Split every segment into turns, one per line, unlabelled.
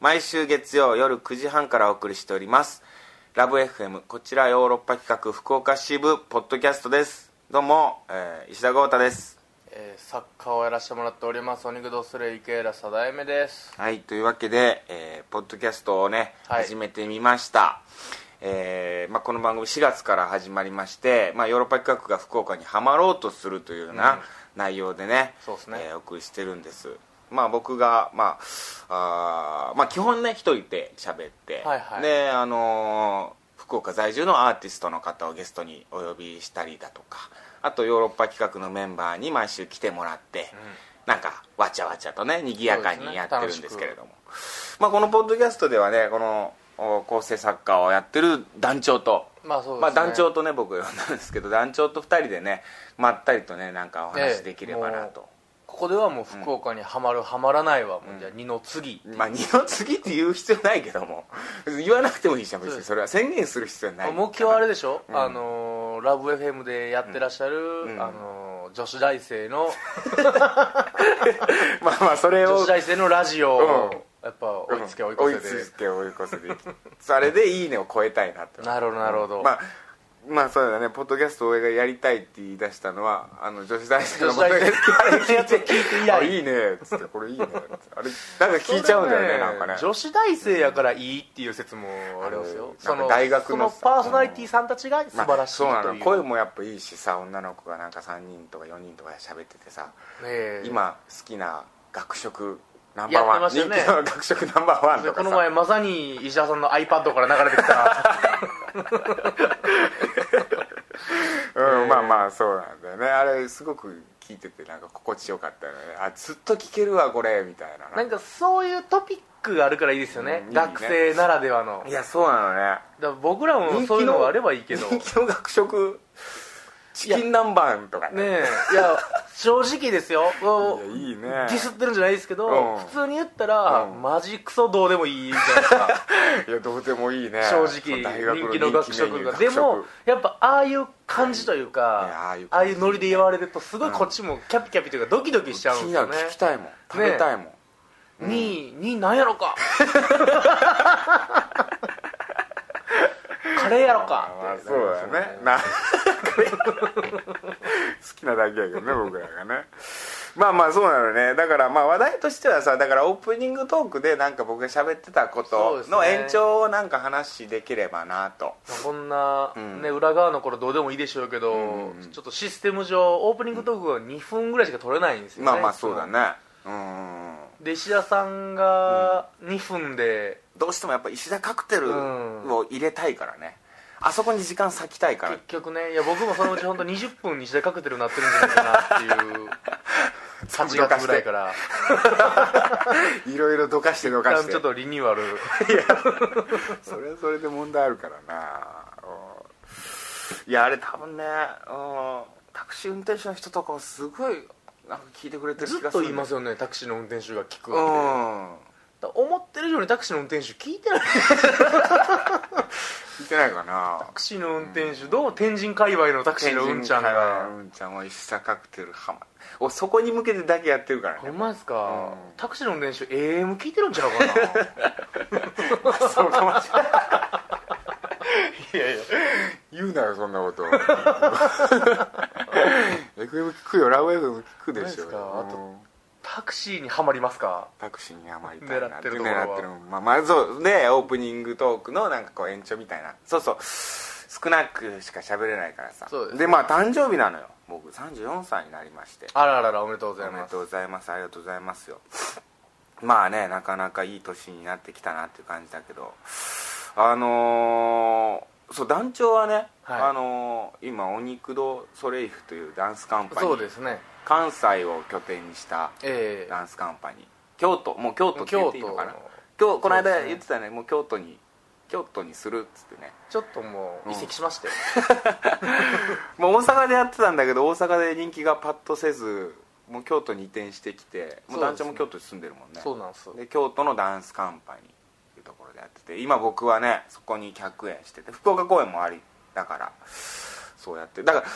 毎週月曜夜9時半からお送りしておりますラブ f m こちらヨーロッパ企画福岡支部ポッドキャストですどうも、えー石田豪太です
えーサッカーをやらせてもらっておりますお肉どすれ池浦定夢です
はいというわけで、えーポッドキャストをね、
はい
始めてみました、えーまあ、この番組4月から始まりまして、まあ、ヨーロッパ企画が福岡にはまろうとするというような内容でね,、
そうですね
えーお送りしてるんですまあ僕が、まあ、あーまあ基本ね一人で喋って、
はいはい
であのー福岡在住のアーティストの方をゲストにお呼びしたりだとかあとヨーロッパ企画のメンバーに毎週来てもらって、なんかわちゃわちゃとね賑やかにやってるんですけれども、まあ、このポッドキャストではねこのお構成作家をやってる団長と、
まあそうですね
まあ、団長とね僕呼んだんですけど団長と2人でねまったりとねなんかお話できればなと、
ここではもう福岡にはまるはまらないはもうじゃあ二の次
まあ二の次って言う必要ないけども言わなくてもいいじゃん別
そうで
に
す
それは宣言する必要ない
目標はあれでしょ、
ん
あのーラブ f m でやってらっしゃる、
ん
あのー女子大生の
まあまあそれ
女
を
子大生のラジオ
うん
をやっぱ追いつけ追い越せ
追い
で
つ、け追い越せでそれで「いいね」を超えたいなって
なるほどなるほど、
まあまあそうだねポッドキャストを俺がやりたいって言い出したのはあの女子大生のポッドキャストあれ聞いて
て以
あ
来
いいねっつってこれいいねっつってあれなんか聞いちゃうんだよね
それ
なんかね
女子大生やからいいっていう説もあります
あ
よ
るなんか大学の
そのパーソナリティさんたちが素晴らしいという、
まあそうなの声もやっぱいいしさ女の子がなんか3人とか4人とかで喋っててさ、
ええ
今好きな学食ナンバーワ
や
ン、
って
人
まし
気
たよ
の学食ナンバーワン
で
とか
こ
さ
の前まさに石田さんの iPad から流れてきた
うん、まあまあそうなんだよねあれすごく聞いててなんか心地よかったよねあずっと聞けるわこれみたいな
なんかそういうトピックがあるからいいですよね,、
うんいいね
学生ならではの
いやそうなのね
だから僕らもそういうのがあればいいけど
人
ね
気の学食チキン南蛮とかね
えいや正直ですよもう
いやいいね
ディスってるんじゃないですけど、
うん
普通に言ったら、
うん
マジクソどうでもいいじゃないですか
いやどうでもいいね
正
そ
直
う大学
人気の学
人気メ
食
ニュー
がでもやっぱああいう感じという
いや
か
ああ
あ
いう感じ
あいうノリで言われるとすごいこっちもキャピキャピというかドキドキしちゃうん
気
で
に
す
な
よ
る
ね
聞きたいもん食べたいもん、
2位2位なんや ろかカレーやろか
まあ
って
そうだよねな 好きなだけやけどね僕らがねまあまあそうなのねだからまあ話題としてはさだからオープニングトークでなんか僕が喋ってたこ
そう
と
です
の
ね
延長をなんか話できればなと
こんな、
ん
ね裏側の頃どうでもいいでしょうけど、
うんうんうん
ちょっとシステム上オープニングトークが2分ぐらいしか取れないんですよね
まあまあそうだねうん
で石田さんが2分で、
どうしてもやっぱ石田カクテル
うん
を入れたいからねあそこに時間割きたいから
結局ねいや僕もそのうち本当20分に1台かけてるなってるんじゃないかなっていう8
どか
月
し
ぐらい
て
から
いろいろどかしてど
一
かし
旦
て
ちょっとリニューアル
それはそれで問題あるからなうんいやあれ多分ねうんタクシー運転手の人とかもすごいなんか聞いてくれてる気
ず
がす
っと
る
言いますすよねタクシーの運転手が聞く
う
わ
ん
け、思ってる以上にタクシーの運転手聞いてない
聞いてないかな
タクシーの運転手どう天神界隈のタクシーのうんちゃんが
うんちゃんは石田カクテルハマおそこに向けてだけやってるから
ほ
ね
んまですか、
うん
タクシーの運転手 AM 聞いてるんちゃうかな
そうかもしれない
いやいや
言うなよそんなこと FM 聞くよラブ FM 聞くでしょ
そうですかあと
うん
タクシーにはまりますか
タクシーにはまりたいな
狙ってるところは
狙ってるまあまあそうでオープニングトークのなんかこう延長みたいなそうそう少なくしか喋れないからさ
そうですね
でまあ誕生日なのよ僕34歳になりまして
あらあらあらおめでとうご
お
ざい
めで
ます
とうございますありがとうございますよまあねなかなかいい年になってきたなっていう感じだけどあのーそう団長はね、
はい
あのー今お肉堂ソレイフというダンスカンパニ
そうで
ー
すね
関西を拠点にした
ええ
ダンスカンパニー京都もう京都って言っ
京
ていい
都
の
の
かな今日この
そうです
間
ね
言ってたねもう京都に京都にするっつってね
ちょっともう移籍しまして、
もう大阪でやってたんだけど大阪で人気がパッとせずもう京都に移転してきてもう団長も京都に住んでるもんね
そうなんです
で京都のダンスカンパニーっていうところでやってて今僕はねそこに客演してて福岡公演もありだからそうやってだから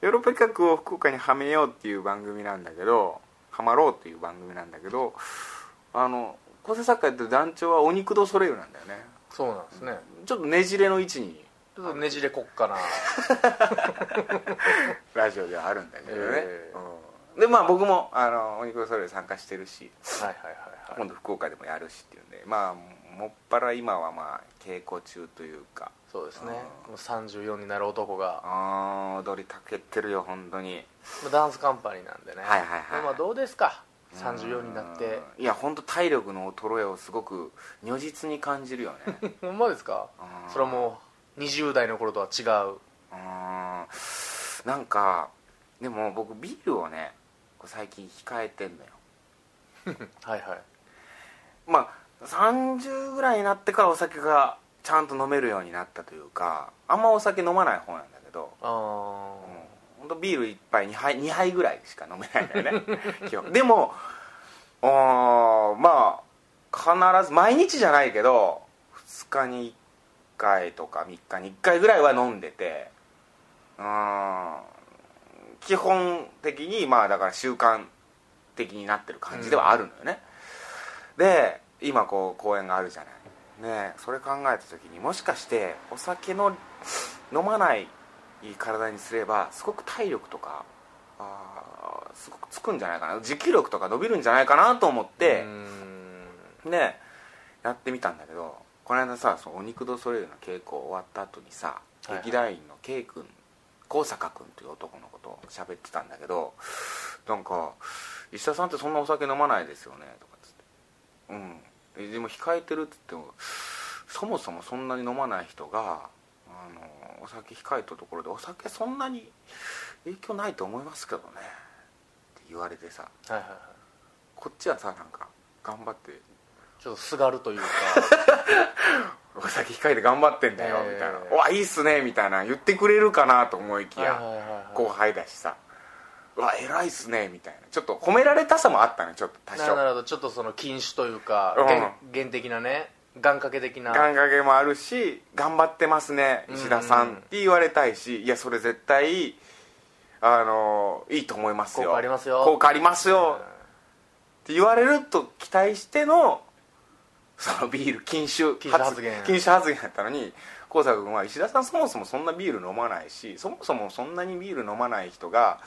ヨーロッパ企画を福岡にはめようっていう番組なんだけどはまろうっていう番組なんだけどあの構成作家やってる団長はお肉ドソレイユなんだよね
そうなんですね
ちょっとねじれの位置に
ちょっとねじれこっかな
ラジオではあるんだけどね、
ええ
うんでまあ僕もあのお肉ドソレイユ参加してるし
はいはいはいは
今
い
度福岡でもやるしっていうんでまあもっぱら今はまあ稽古中というか
そうです
う
ね
ん
もう34になる男が
あー踊りたけてるよ本当に
まあダンスカンパニーなんでね
はいはいはい
でまあどうですか34になって
うんいや本当体力の衰えをすごく如実に感じる よね
ほんまですか
うん
それはもう20代の頃とは違う
うーんなんかでも僕ビールをねこう最近控えてんのよ
はいはい
まあ30ぐらいになってからお酒がちゃんと飲めるようになったというかあんまお酒飲まない方なんだけど
あ
うんほんとビール1杯2杯 ,2 杯ぐらいしか飲めないんだよね 基本でもあーまあ必ず毎日じゃないけど2日に1回とか3日に1回ぐらいは飲んでてうん基本的にまあだから習慣的になってる感じではあるのよね、で今こう公演があるじゃないねえそれ考えた時にもしかしてお酒の飲まない体にすればすごく体力とかあーすごくつくんじゃないかな持久力とか伸びるんじゃないかなと思っ
う
て
ー、ん
ねやってみたんだけどこの間さそのお肉どそれゆの稽古終わった後にさ
はいはい
劇団員の K 君高坂君という男の子と喋ってたんだけどなんか「石田さんってそんなお酒飲まないですよね」とかっつって「うんえでも控えてる」っつってもそもそもそんなに飲まない人があのお酒控えたところでお酒そんなに影響ないと思いますけどねって言われてさ
はいはいはい
こっちはさなんか頑張って
ちょっとすがるというか
お酒控えて頑張ってんだよ
えー
みたいな「うわいいっすね」みたいな言ってくれるかなと 思いき
はい
や
はいはいはい
後輩だしさ「うわ偉いっすね」みたいなちょっと褒められたさもあったねちょっと多
なるほど
少
なるほどちょっとその禁酒というか
うん
原原的なね願掛け的な
願掛けもあるし「頑張ってますね
うん
石田さん」って言われたいし「いやそれ絶対あのいいと思いますよ」
効果ありますよ
効果ありますよって言われると期待してのそのビール禁酒
禁酒発言
禁酒発言だったのに香坂君は石田さんそもそもそんなビール飲まないしそもそもそんなにビール飲まない人が、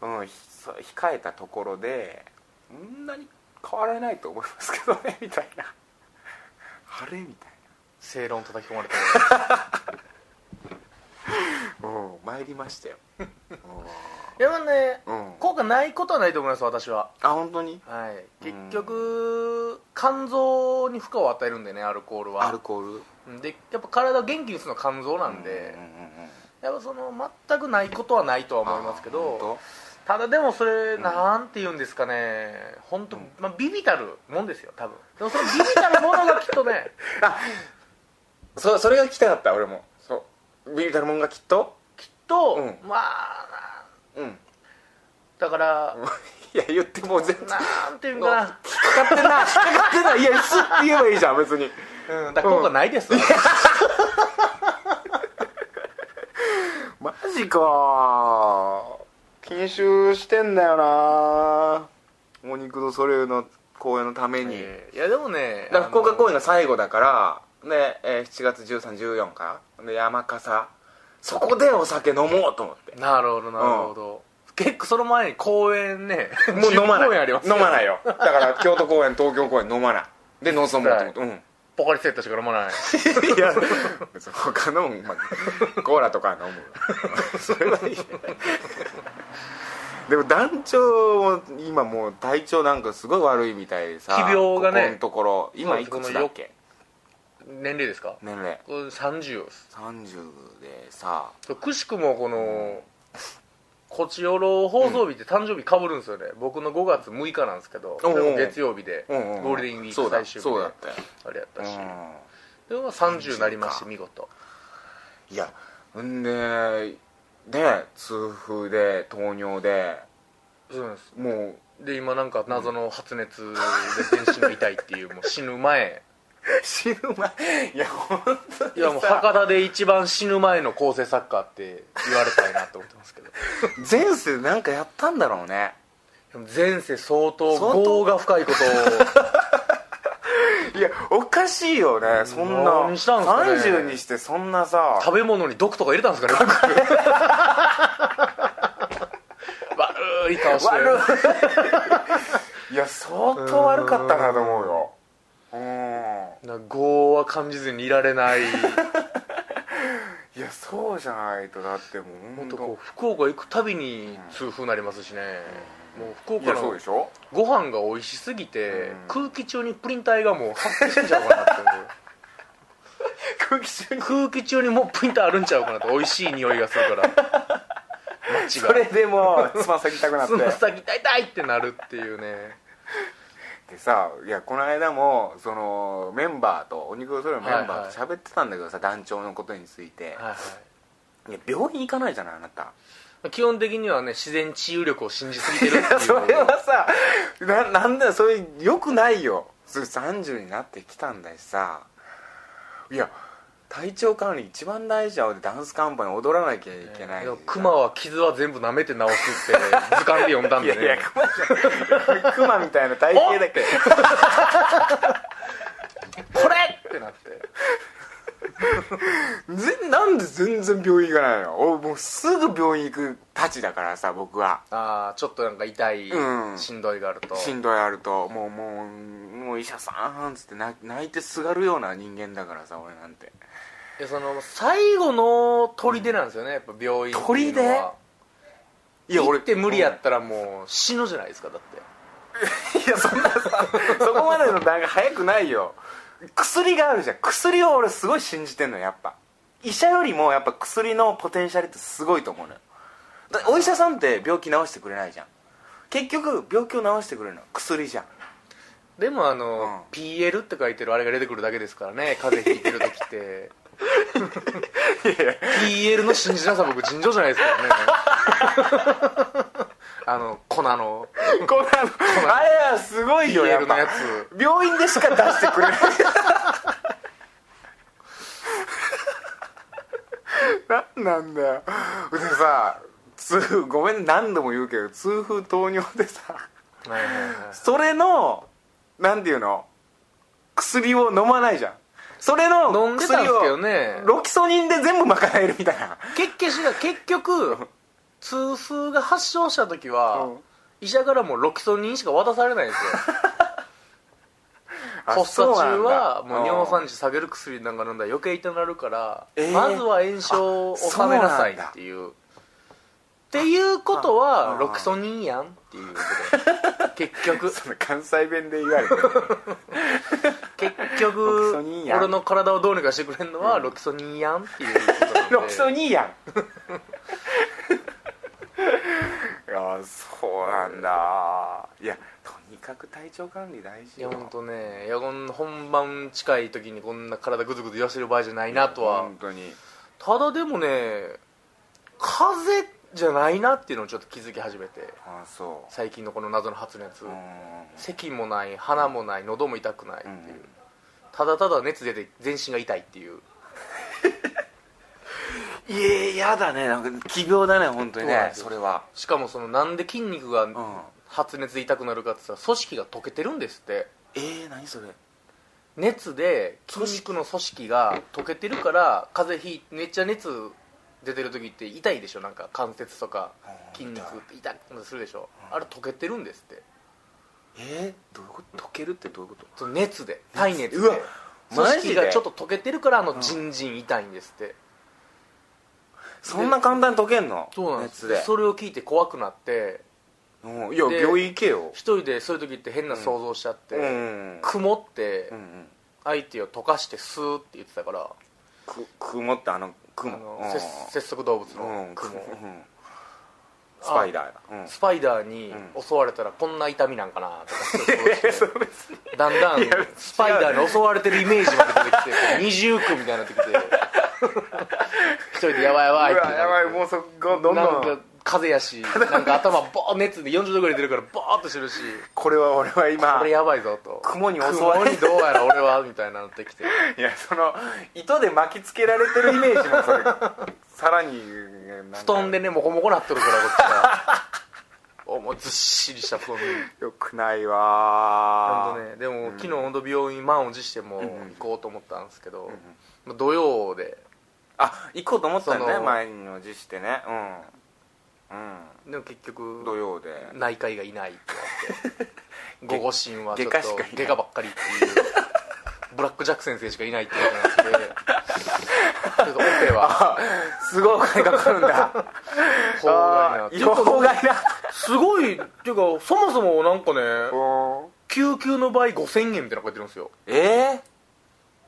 うん、ひそう控えたところでそんなに変わらないと思いますけどねみたいなあれみたい
正論叩き込ま れて
なうん参りましたようん
るいやまあね
うん
効果ないことはないと思います私は
あ本当に
は
う
い
ん
結局肝臓に負荷を与えるんでねアルコールは
アルコール
うんでやっぱ体を元気にするのは肝臓なんで
う、んうんうんうん
やっぱその全くないことはないとは思いますけ
あ本
ど
当
ただでもそれ
ん
なんて言うんですかね本当、
うん
まあ、ビビたるもんですよ多分でもそのビビたるものがきっ とね
そそれが聞きたかった俺もそうビビたるもんがきっと
きっと、
う
まあ
うん
だから、
いや言ってもう全然
なんていうんかな、
使って ない使ってないいやすって言えばいいじゃん別に
うん、だから効果ないですわ、
マジか禁酒してんだよなお肉のソレユの公演のために、
えーいやでもね
だから福岡公演
演
が最後だからね、えー7月1314からで山笠そこでお酒飲もうと思って
なるほどなるほど、結構その前に公演ね
もう飲まない
10公演あります
飲まないよだから京都公演東京公演飲まないで飲そうもうと思って、うん
ポカリスエットしか飲まない
いや別に他のも、まあ、コーラとかは飲む わそれはいいねでも団長も今もう体調なんかすごい悪いみたいでさ
奇病がね
ここのところ今いくつだっけ
年齢ですか
年齢
これ30です
30でさ
くしくもこの「こちよろ」放送日って誕生日かぶるんですよね、僕の5月6日なんですけど
おうおう
それも月曜日で、
うんうん
ゴールデンウィー
そ
ク
うだ
最終日
そうだ
で
ったよ
あれやったし、
う
でも30になりまして
30
見事
んいやんでね痛風で糖尿で
そうなんです
も
で今なんか謎の発熱で全身が痛いっていうもう死ぬ前
う死ぬ前いや本当に
いやもう博多で一番死ぬ前の構成作家って言われたいなと思ってますけど
前世でなんかやったんだろうね
でも前世相当
相当
業が深いことを
おかしいよねそんな
何したんすかね
30にしてそんなさ
食べ物に毒とか入れたんですか ね僕悪い顔して
悪いいや相当悪かったなと思うようん
な業は感じずにいられない
いやそうじゃないとだってもう
ほ
本
ん
当
とこう福岡行くたびに痛風になりますしね、もう福
い
岡
やそう
の
でしょ
ご飯が美味しすぎて、
うん
空気中にプリン体がもう発生してんちゃうかなって思う
空気中に
空気中にもうプリン体あるんちゃうかなって美味しい匂いがするから間 違
それでもうつま先痛 くなって
つま先痛い痛いってなるっていうね
でさいやこの間もそのメンバーとお肉をそれのメンバーと喋ってたんだけどさ、団長のことについて、
はいはい
いや病院行かないじゃないあなた
まあ基本的にはね自然治癒力を信じすぎてるっていう
それはさななんだよそれよくないよそれ30になってきたんだしさいや体調管理一番大事だよダンスカンパニー踊らなきゃいけない
でもクマは傷は全部舐めて治すって図鑑で読んだん
い
で
や
ね
いやクマじゃんクマみたいな体型だけど
これってなって
ぜなんで全然病院行かないの俺もうすぐ病院行くたちだからさ僕は
ああちょっとなんか痛い、
うん
しんどいがあると
しんどいあるともうもうもう医者さんっつって泣泣いてすがるような人間だからさ俺なんて
でその最後の砦なんですよねやっぱ病院っていうのは
いや
行
俺
って無理やったらもう死ぬじゃないですかだって
いやそんなさそこまでの段階早くないよ薬があるじゃん薬を俺すごい信じてんのやっぱ医者よりもやっぱ薬のポテンシャルってすごいと思うのよだお医者さんって病気治してくれないじゃん結局病気を治してくれるのは薬じゃん
でもあ
うん
の、PL って書いてるあれが出てくるだけですからね風邪ひいてる時って PL の信じなさ僕尋常じゃないですからね あの粉
こ
の
んなの あれはすごいよやっ
PL の
ぱ
やつ
病院でしか出してくれないなんなんだよでさ痛風ごめん何度も言うけど痛風糖尿でさ
はいはいはい
それのなんていうの薬を飲まないじゃんそれの
飲んでたんですけどね
薬をロキソニンで全部賄えるみたいな
結局が結局痛風が発症した時は、
うん
医者からもうロキソニンしか渡されないんですよ
あ
発
そ
作
うなんだ
中はもう尿酸
ん
値下げる薬なんか飲んだら余計痛なるから、
えー
まずは炎症を収めなさいっていうっていうこと
あ
は
あ
ロキソニンやんっていうこと で結局
その関西弁で言われてる
結
ロキ
局
ソニンやん
俺の体をどうにかしてくれるのはロキソニンやんっていうことなん で
ロキソニンやんいやそうなんだいやとにかく体調管理大
い
事
や
よ
本当ねいやこん本番近い時にこんな体グズグズ言わせる場合じゃないなとは
本当に
ただでもね風邪じゃないなっていうのをちょっと気づき始めて
あそ
最近のこの謎の発熱
ううん
咳もない鼻もない喉も痛くないっていう、
うん
ただただ熱出て全身が痛いっていう
いやいやだねなんか奇病だね本当に
そうなん
ね
ですよ
それは
しかもそのなんで筋肉が
うん
発熱で痛くなるかって言ったら組織が溶けてるんですって
えー、何それ
熱で筋肉の組織が溶けてるから風邪ひいてめっちゃ熱出てる時って痛いでしょなんか関節とか筋肉って痛くするでしょあれ溶けてるんですって
えー、どういうこと溶けるってどういうこと
その熱で体熱で
うわ
組
マジ
織
で
がちょっと溶けてるからあのジンジン痛いんですって、
そんな簡単に溶けんの
そうなんです
熱で
それを聞いて怖くなって
うんいや
で
病院行けよ
一人でそういう時って変な想像しちゃって、
うんうん
曇って
うん
相手を溶かしてスーって言ってたから、
く雲ってあの雲
あの
うん
節節足動物
うん
の雲、
うんスパイダーだうん
スパイダーに襲われたらこんな痛みなんかなとか想 像してだんだんスパイダーに襲われてるイメージまで出てきてこう二重苦みたいになってき て一人でやばいやばい
う
って
わやばいもうそこどん
な
ど
んか
ん
風邪やしなんか頭ボー熱で40度ぐらい出るからボーっとしてるし
これは俺は
こ
今
れやばいぞと
雲に襲われ
雲にどうやら俺はみたいになってきて
いやその糸で巻きつけられてるイメージもそれさらに
布団
で
でねモコモコなっとるからこっちが おもうずっしりした布団に
よくないわ
本当ねでも、
うん
昨日本当美容院満を持しても
う
行
んうん
こうと思ったんですけど、
んうん
まあ土曜で
あ行こうと思ったよね
その
前にの辞してねうん
でも
う
結
ん土
局
曜で
内科医がいないって なって午後診はちょっと
外科しかいない
外科ばっかりっていうブラック・ジャック先生しかいないってことになってちょっとオペは
すごいお金かかるんだ
法外な
洋外な
すごいっていうかそもそもなんかね
おー
救急の場合5000円みたいなの書いてるんですよ
え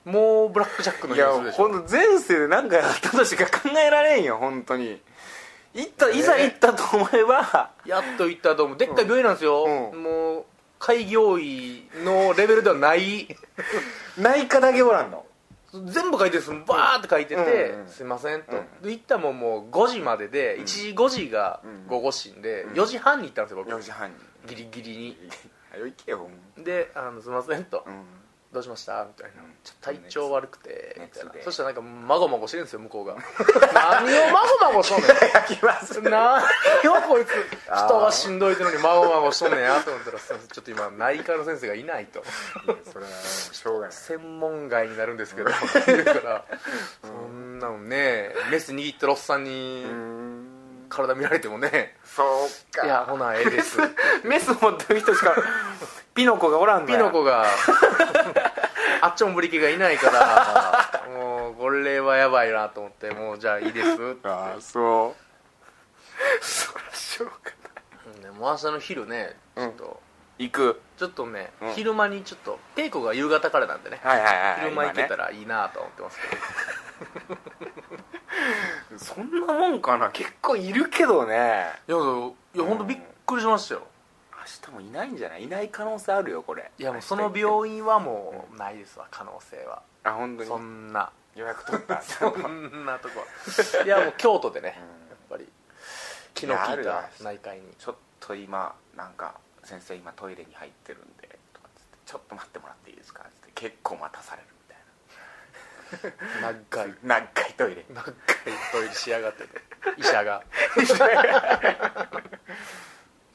もうブラック・ジャック
え
の
い
匂
や
いするでし
ほ
ょ
んと前世で何かやったとしか考えられんよ本当に行った
え
いざ行ったと思えば
やっと行ったと思うでっかい病院なんですよ、
うん
もう開業医のレベルではない
内科だけおらんの
全部書いてるんですバーって書いてて
うんうん
「すいません」と、
うん
で行ったらもうもう5時までで1時5時が
うん
午後診で
ん
4時半に行ったんですよ
4
僕
時半に
ギリギリに
はよ行けよ
であの「すいません」と
うん
「どうしました?」みたいな
うん
「ちょっと体調悪くて」みたい
熱
な
で
そしたらなんかまごまごしてるんですよ向こ うが何をまごまごしとんねん
焼きます
何よこいつ
あー
人がしんどいってのにまごまごしとんねんやと思ったらすいませんちょっと今内科の先生がいないと
それはしょうがない
専門外になるんですけど言うからそんなのねメス握ってるおっさんに
うん
体見られてもね
そう
いやほなええです
メス持ってる人しかピノコがおらんの
ピ
や
ノコがあっちょんぶり系がいないからもうこれはやばいなと思ってもうじゃあいいですって
ああそうそらしょうがない
うんでもう明日の昼ねちょっと、
行く
ちょっとね、
うん
昼間にちょっとペイコが夕方からなんでね
はいはいはい
昼間行けた
ら
らいいなと思ってますけど、
そんなもんかな結構いるけどね
いやいや本当びっくりしましたよ、
明日もいないんじゃないいない可能性あるよこれ
いやもうその病院はもうないですわ可能性は
あ本当
そ
に
んな
予約取った
そんなとこ はいやもう京都でね、やっぱり気の
やあ
利い
る
た
わ
内科医に
ちょっと今なんか先生今トイレに入ってるんでとかつってちょっと待ってもらっていいですかつって結構待たされるみたいな
長い
何回トイレ
長いトイレしやがってて医者が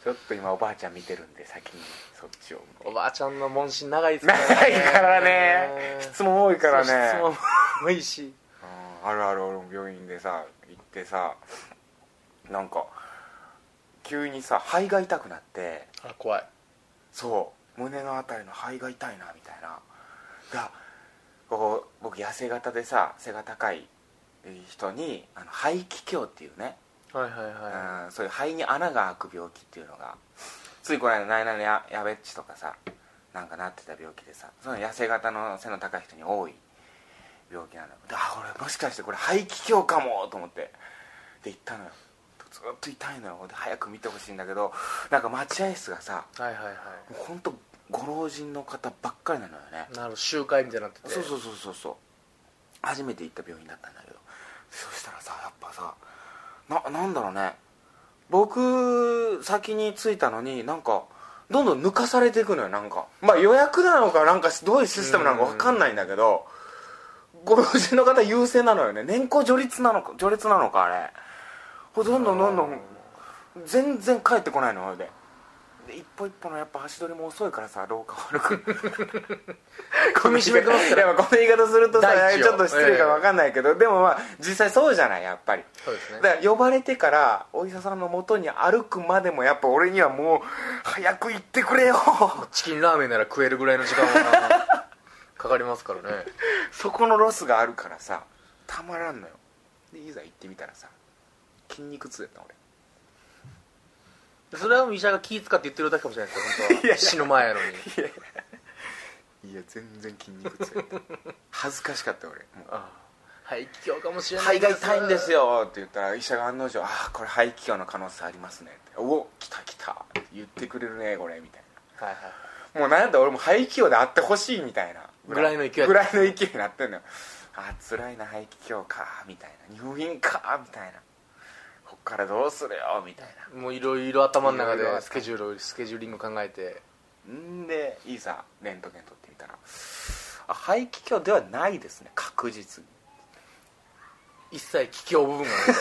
ちょっと今おばあちゃん見てるんで先にそっちを
おばあちゃんの問診長いですからね
長いから ね質問多いからね
そう質問もいいし
うんあるある俺も病院でさ行ってさなんか急にさ肺が痛くなって
あ怖い
そう胸のあたりの肺が痛いなみたいながこう僕痩せ型でさ背が高い人にあの肺気胸っていうね、
はいはいは
うんそういう肺に穴が開く病気っていうのがついこの間ナイナイのややべっちとかさなんかなってた病気でさその痩せ型の背の高い人に多い病気なのよであ俺もしかしてこれ肺気胸かもと思ってで行ったのよずっと痛いのよで早く見てほしいんだけどなんか待合室がさ
いはいはいは
本当ご老人の方ばっかりなのよね
いなるほど集会みたいになってて
そうそううそうそうそう初めて行った病院だったんだけどそしたらさやっぱさななんだろうね僕先に着いたのになんかどんどん抜かされていくのよなんかまあ予約なのかなんかどういうシステムなのか分かんないんだけどご老人の方優先なのよね年功序列なのか序列なのかあれほどんどんどんどん全然帰ってこないのほいでで一歩一歩のやっぱ足取りも遅いからさ廊下悪 く
踏みしめてますから
やっぱこの言い方するとさ
大地を
ちょっと失礼か分かんないけど、でもまあ実際そうじゃないやっぱり
そうですね
だから呼ばれてからお医者さんの元に歩くまでもやっぱ俺にはもう早く行ってく れよ
チキンラーメンなら食えるぐらいの時間はかかりますからね
そこのロスがあるからさたまらんのよでいざ行ってみたらさ筋肉痛やった俺
それは医者が気使って言ってるだけかもしれないですよ本当
いや
は死ぬ前やのに
いや全然筋肉痛やった 恥ずかしかった俺もう
肺気胸かもしれない
肺が痛いんですよって言ったら医者が案の定「ああこれ肺気胸の可能性ありますね」って「おお来た来た」って言ってくれるねこれみたい
はいはい
なもうなんだ俺も肺気胸であってほしいみたいな
ぐらいの勢い
ぐらいの勢いになってんのよあー辛いな肺気胸かみたいな入院かみたいなこっからどうするよみたいな
もういろいろ頭の中
いろいろあ
で
った
スケジュールスケジューリング考えて
んでいざレントゲン取ってみたらあ肺気胸ではないですね確実に
一切聞きよう部分がないか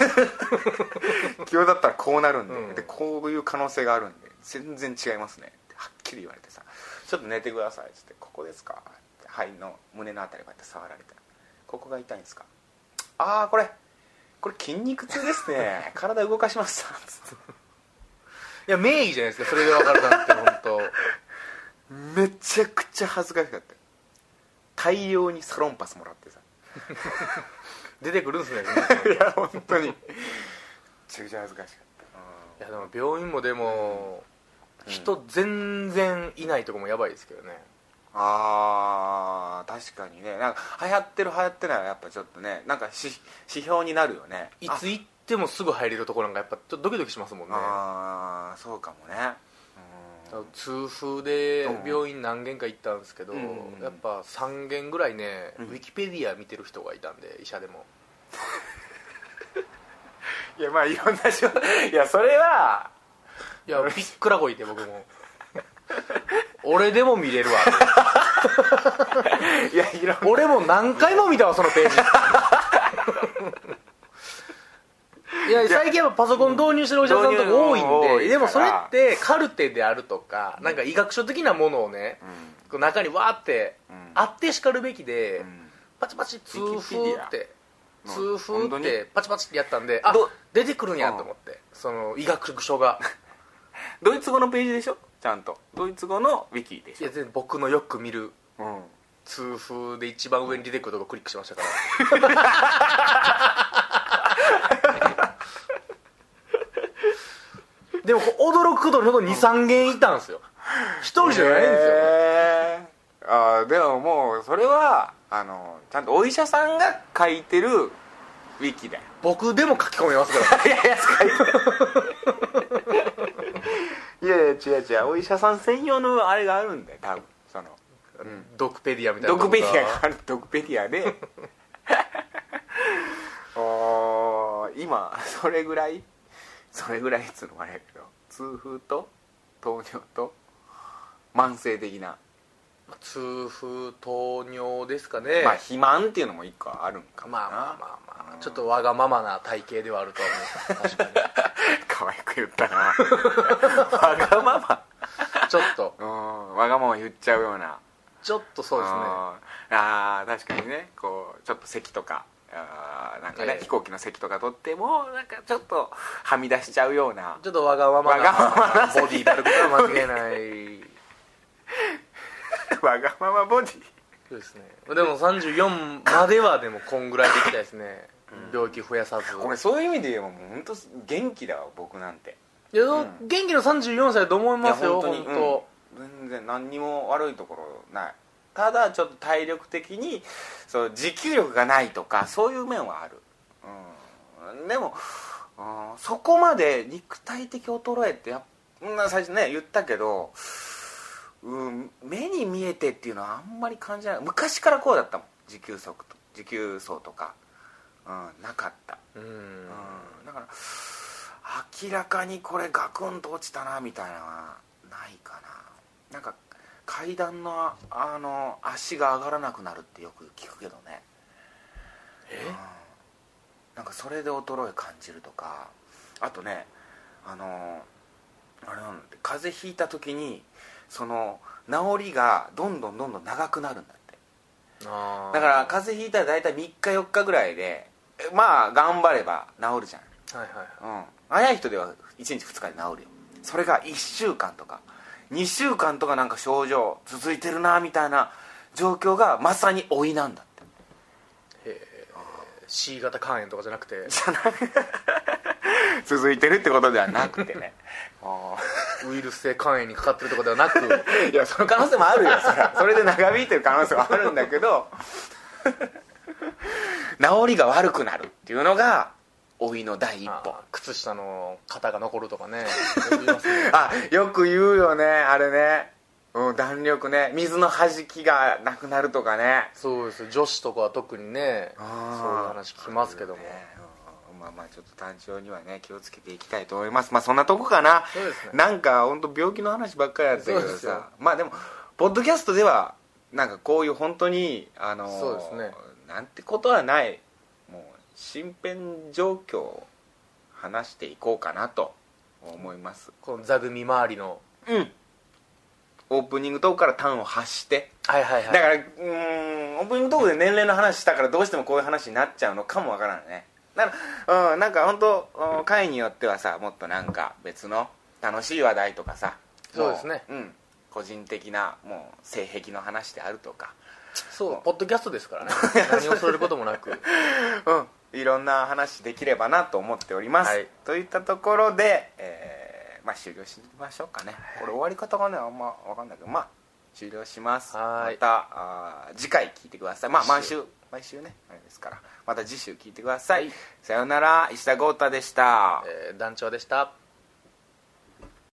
ら
急だったらこうなるんで,、
うん
でこういう可能性があるんで全然違いますねってはっきり言われてさ「ちょっと寝てください」っつって「ここですか?」って肺の胸のあたりこうやって触られて「ここが痛いんですか?」「ああこれこれ筋肉痛です ね体動かしました」つって
いや名医じゃないですかそれで分かるなんて本当
めちゃくちゃ恥ずかしかった大量にサロンパスもらってさ
出てくるんですね
いや本当 にめちゃくちゃ恥ずかしかっ
い
た
やでも病院もでも、
うん
人全然いないとこもやばいですけどね
あー確かにねなんか流行ってる流行ってないはやっぱちょっとねなんか指指標になるよね
いつ行ってもすぐ入れるとこなんかやっぱちょっとドキドキしますもんね
ああーそうかもねうん
痛風で
うん
病院何軒か行ったんですけど、
うん
やっぱ3軒ぐらいね、
うん
ウィキペディア見てる人がいたんで医者でも
いやまあいろんなしょいやそれはい
やびっくらこいて僕も 俺でも見れるわ
いやいろんな
俺も何回も見たわその ページいや最近はパソコン導入してるお医者さんとか多い
導入
ん
多
で
い
でもそれってカルテであるとかなんか医学書的なものをねこう中にわーって
うん
あってしかるべきで
うんうん
パチパチ痛
ウィキペ
風
ディ
っ
ア
て
うん
痛
本
風
当
っ
に
てパチパチってやったんであ
ど
出てくるんやと思ってその医学 書が
ドイツ語のページでしょちゃんとドイツ語のウィキで
い
し
や全然僕のよく見る
ょ、うん、
痛風で一番上に出てくるとこクリックしましたから でもこう驚くことにほど23軒いたんですよ一人じゃないんですよ、
へーあーでももうそれはあのちゃんとお医者さんが書いてるウィキだよ
僕でも書き込めますから
いやいや使いたいいやいや違う違うお医者さん専用のあれがあるんだよ多分その
ドクペディアみたいな
ド
とこ
ク
が
ペディアがあるドクペディアで おー今それぐらいそれぐらいっつうのもあれやけど痛風と糖尿と慢性的な、
痛風糖尿ですかね、
まあ肥満っていうのも一個あるんかもな
まあまあまあまあちょっとわがままな体型ではあるとは思う確かに
可愛く言ったな わがまま
ちょっ と
うんわがまま言っちゃうような
ちょっとそうですね
あーあー確かにねこうちょっと席とかあーなんかね、
ええ
飛行機の席とか取ってもなんかちょっとはみ出しちゃうような
ちょっとわがまま
わ
な
がままな
ボディーであることは間違いない
わがままボディ
そうですねでも34まではでもこんぐらいでいきたいですね、病気増やさず
俺そういう意味で言えばもう本当元気だわ僕なんて
いや、
うん
元気の34歳だと思いますよ本当
うん全然何にも悪いところないただちょっと体力的にそう持久力がないとかそういう面はある、うん、でも、うんそこまで肉体的衰えってやっうん最初ね言ったけど、うん、目に見えてっていうのはあんまり感じない昔からこうだったもん持久速と持久走とか、うん、なかった
うん、
うんだから明らかにこれガクンと落ちたなみたいなのはないかななんか階段のあの足が上がらなくなるってよく聞くけどね
え
なんかそれで衰え感じるとかあとねあのあれなんだって風邪ひいた時にその治りがどんどんどんどん長くなるんだって
あー
だから風邪ひいたら大体3日4日ぐらいでえまあ頑張れば治るじゃん
はいはいはい
うん、早い人では1日2日で治るよそれが1週間とか2週間とかなんか症状続いてるなみたいな状況がまさに老いなんだって
へえ C 型肝炎とかじゃなくて
続いてるってことではなくてね あ
ウイルス性肝炎にかかってるとかではなく
ーいやその可能性もあ るよ それそれで長引いてる可能性はあるんだけど 治りが悪くなるっていうのが老いの第一
あ
歩
ー靴下の型が残るとかね 言いますね
あよく言うよねあれね、うん、弾力ね水の弾きがなくなるとかね
そうですよ女子とかは特にねそういう話聞きますけども、
ねうんまあまあちょっと単調にはね気をつけていきたいと思いますまあそんなとこかな
そうですね
なんか本当病気の話ばっかりやったけど
そうですよ
さまあでもポッドキャストではなんかこういう本当にあの
そうですね
なんてことはないもう身辺状況を話していこうかなと思います
この座組周りの
うんオープニングトークから端を発して
はいはい
だからうーんオープニングトークで年齢の話したからどうしてもこういう話になっちゃうのかもわからんねだから、うん、なんか本当うん回によってはさもっとなんか別の楽しい話題とかさ
そうですね
もうん個人的なもう性癖の話であるとか
そうポッドキャストですから ね何を恐れることもなく
うんいろんな話できればなと思っております、
はい
といったところで、えーまあ、終了しましょうかね、これ終わり方がねあんま分かんないけどまあ終了します
は
ま
い
たあー次回聞いてくださいまあ毎
次週
週毎週ねあれですからまた次週聞いてください、さようなら石田豪太でした、
えー団長でした